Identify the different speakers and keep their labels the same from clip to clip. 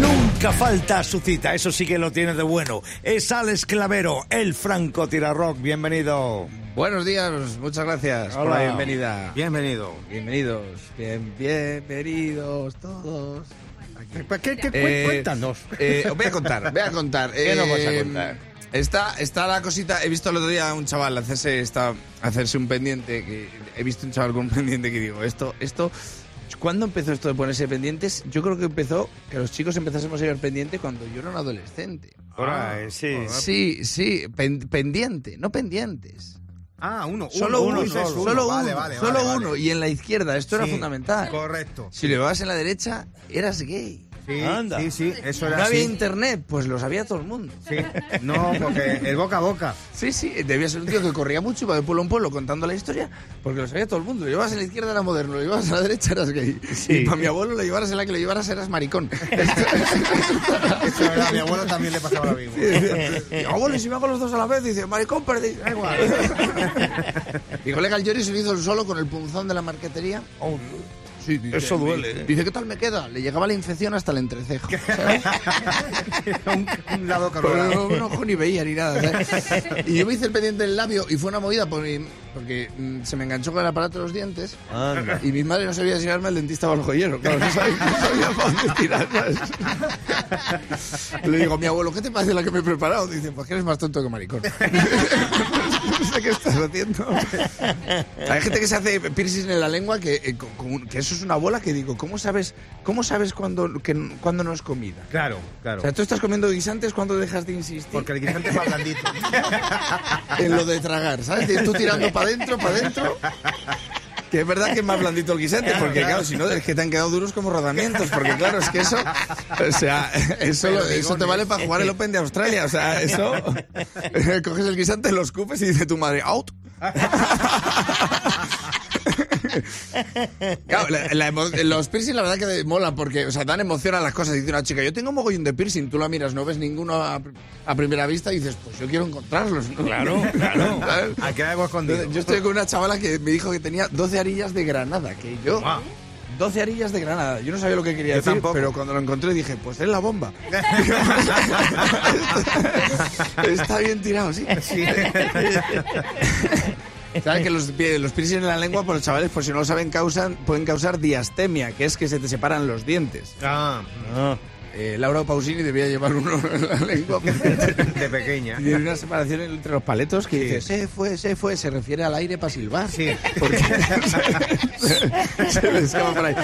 Speaker 1: nunca falta su cita, eso sí que lo tiene de bueno. Es Alex Clavero, el franco rock. Bienvenido.
Speaker 2: Buenos días, muchas gracias por
Speaker 1: Hola.
Speaker 2: la bienvenida.
Speaker 1: Bienvenido.
Speaker 2: Bienvenidos, bien, bienvenidos todos.
Speaker 3: ¿Qué, qué, cu-
Speaker 2: Eh,
Speaker 3: cuéntanos.
Speaker 2: eh, os voy a contar, voy a contar.
Speaker 3: ¿Qué nos vas a
Speaker 2: Eh,
Speaker 3: contar?
Speaker 2: Está, está la cosita, he visto el otro día a un chaval hacerse, esta, hacerse un pendiente, que he visto un chaval con un pendiente que digo, esto, esto, ¿cuándo empezó esto de ponerse pendientes? Yo creo que empezó, que los chicos empezásemos a llevar pendiente cuando yo era un adolescente. Ah,
Speaker 1: Ahora, eh, sí.
Speaker 2: Sí, sí, pen- pendiente, no pendientes.
Speaker 3: Ah, uno.
Speaker 1: Solo uno,
Speaker 3: dices
Speaker 1: solo
Speaker 2: Solo uno,
Speaker 3: Vale, vale,
Speaker 2: solo
Speaker 3: vale,
Speaker 2: uno.
Speaker 3: vale.
Speaker 2: Y en la izquierda, esto era
Speaker 3: Sí,
Speaker 2: fundamental.
Speaker 3: Correcto.
Speaker 2: Si le dabas en la derecha, eras gay.
Speaker 3: Sí,
Speaker 1: Anda.
Speaker 3: sí, sí, eso
Speaker 2: No
Speaker 3: era
Speaker 2: había
Speaker 3: así.
Speaker 2: internet, pues lo sabía todo el mundo.
Speaker 3: Sí. No, porque el boca a boca.
Speaker 2: Sí, sí, debía ser un tío que corría mucho, iba de pueblo en pueblo contando la historia, porque lo sabía todo el mundo. Lo llevabas en la izquierda, era moderno, lo llevabas a la derecha, eras gay. Y para mi abuelo, lo llevaras en la que lo llevaras, eras maricón.
Speaker 3: Eso era, a mi abuelo también le pasaba lo mismo.
Speaker 2: Y, abuelo, y si me hago los dos a la vez, dice, maricón, perdí. Da igual. Mi colega el Jory se lo hizo solo con el punzón de la marquetería. Sí, dice,
Speaker 1: Eso duele, ¿eh?
Speaker 2: Dice, ¿qué tal me queda? Le llegaba la infección hasta el entrecejo.
Speaker 3: un, un lado
Speaker 2: Pero
Speaker 3: cargado.
Speaker 2: un ojo ni veía ni nada. ¿sabes? Y yo me hice el pendiente del labio y fue una movida por mi- porque mm, se me enganchó con el aparato de los dientes
Speaker 1: Anda.
Speaker 2: y mi madre no sabía si llevarme al dentista o al joyero. Claro, no sabía, no sabía para dónde tirar. ¿sabes? Le digo, mi abuelo, ¿qué te parece la que me he preparado? Dice, pues que eres más tonto que maricón. no sé qué estás haciendo. Hay gente que se hace piercing en la lengua que, eh, con- con un- que eso es una bola que digo, ¿cómo sabes, cómo sabes cuando, que- cuando no es comida?
Speaker 3: Claro, claro.
Speaker 2: O sea, tú estás comiendo guisantes cuando dejas de insistir
Speaker 3: Porque el guisante es más blandito.
Speaker 2: en lo de tragar, ¿sabes? Tú tirando para adentro, para adentro. Que es verdad que es más blandito el guisante, porque claro, si no, es que te han quedado duros como rodamientos, porque claro, es que eso, o sea, eso,
Speaker 3: Pero
Speaker 2: eso te
Speaker 3: bigones.
Speaker 2: vale para jugar el Open de Australia, o sea, eso, coges el guisante, lo escupes y dice tu madre, out. Claro, la- la emo- los piercing la verdad que molan porque, o sea, dan emoción a las cosas. Dice una chica, yo tengo un mogollón de piercing, tú la miras, no ves ninguno a, a primera vista y dices, pues yo quiero encontrarlos. ¿no?
Speaker 1: Claro, claro.
Speaker 2: ¿Sabes?
Speaker 3: Aquí hay algo escondido.
Speaker 2: Entonces, Yo estoy con una chavala que me dijo que tenía 12 arillas de granada, que yo...
Speaker 3: Guau.
Speaker 2: 12 arillas de granada. Yo no sabía lo que quería
Speaker 3: Yo
Speaker 2: decir,
Speaker 3: tampoco.
Speaker 2: pero cuando lo encontré dije, pues es la bomba. Está bien tirado, sí. Saben que los, pie- los piercing en la lengua, por los chavales, por si no lo saben, causan, pueden causar diastemia, que es que se te separan los dientes.
Speaker 3: Ah,
Speaker 1: Ah,
Speaker 2: Eh, Laura Pausini debía llevar uno en la lengua. porque-
Speaker 3: de pequeña.
Speaker 2: y hay una separación entre los paletos que dice, se fue, se fue, se refiere al aire para silbar.
Speaker 3: Sí.
Speaker 2: Porque se, me escapa por ahí.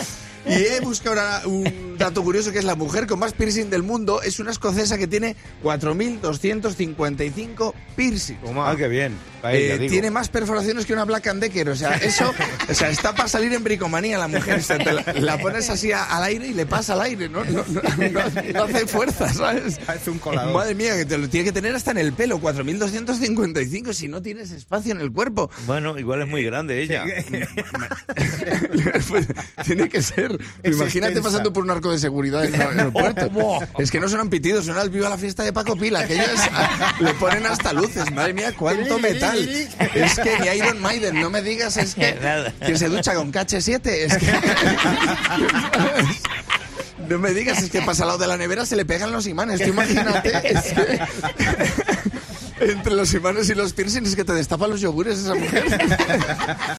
Speaker 2: Y he buscado ahora un dato curioso que es la mujer con más piercing del mundo. Es una escocesa que tiene 4.255 piercings.
Speaker 3: Toma.
Speaker 1: Ah, qué bien. Pa'
Speaker 2: Eh,
Speaker 1: ella, digo.
Speaker 2: tiene más perforaciones que una Black and Decker. O sea, eso o sea, está para salir en bricomanía la mujer. O sea, te la, la pones así a- al aire y le pasa al aire. No, no, no- no- no hace fuerza, ¿sabes?
Speaker 3: Parece un colador.
Speaker 2: Madre mía, que te lo tiene que tener hasta en el pelo. 4.255 si no tienes espacio en el cuerpo.
Speaker 1: Bueno, igual es muy grande ella.
Speaker 2: Pues, tiene que ser. Imagínate
Speaker 3: extensa.
Speaker 2: pasando por un arco de seguridad en el aeropuerto. Es que no suenan pitidos, suena el viva la fiesta de Paco Pila. Que ellos ah, le ponen hasta luces. Madre mía, cuánto metal. Es que ni Iron Maiden, no me digas, es que,
Speaker 1: Nada.
Speaker 2: que se ducha con KH7. Es que. No me digas, es que pasa al lado de la nevera se le pegan los imanes. Tú imagínate. es que- Entre los imanes y los piercings es que te destapan los yogures esa mujer.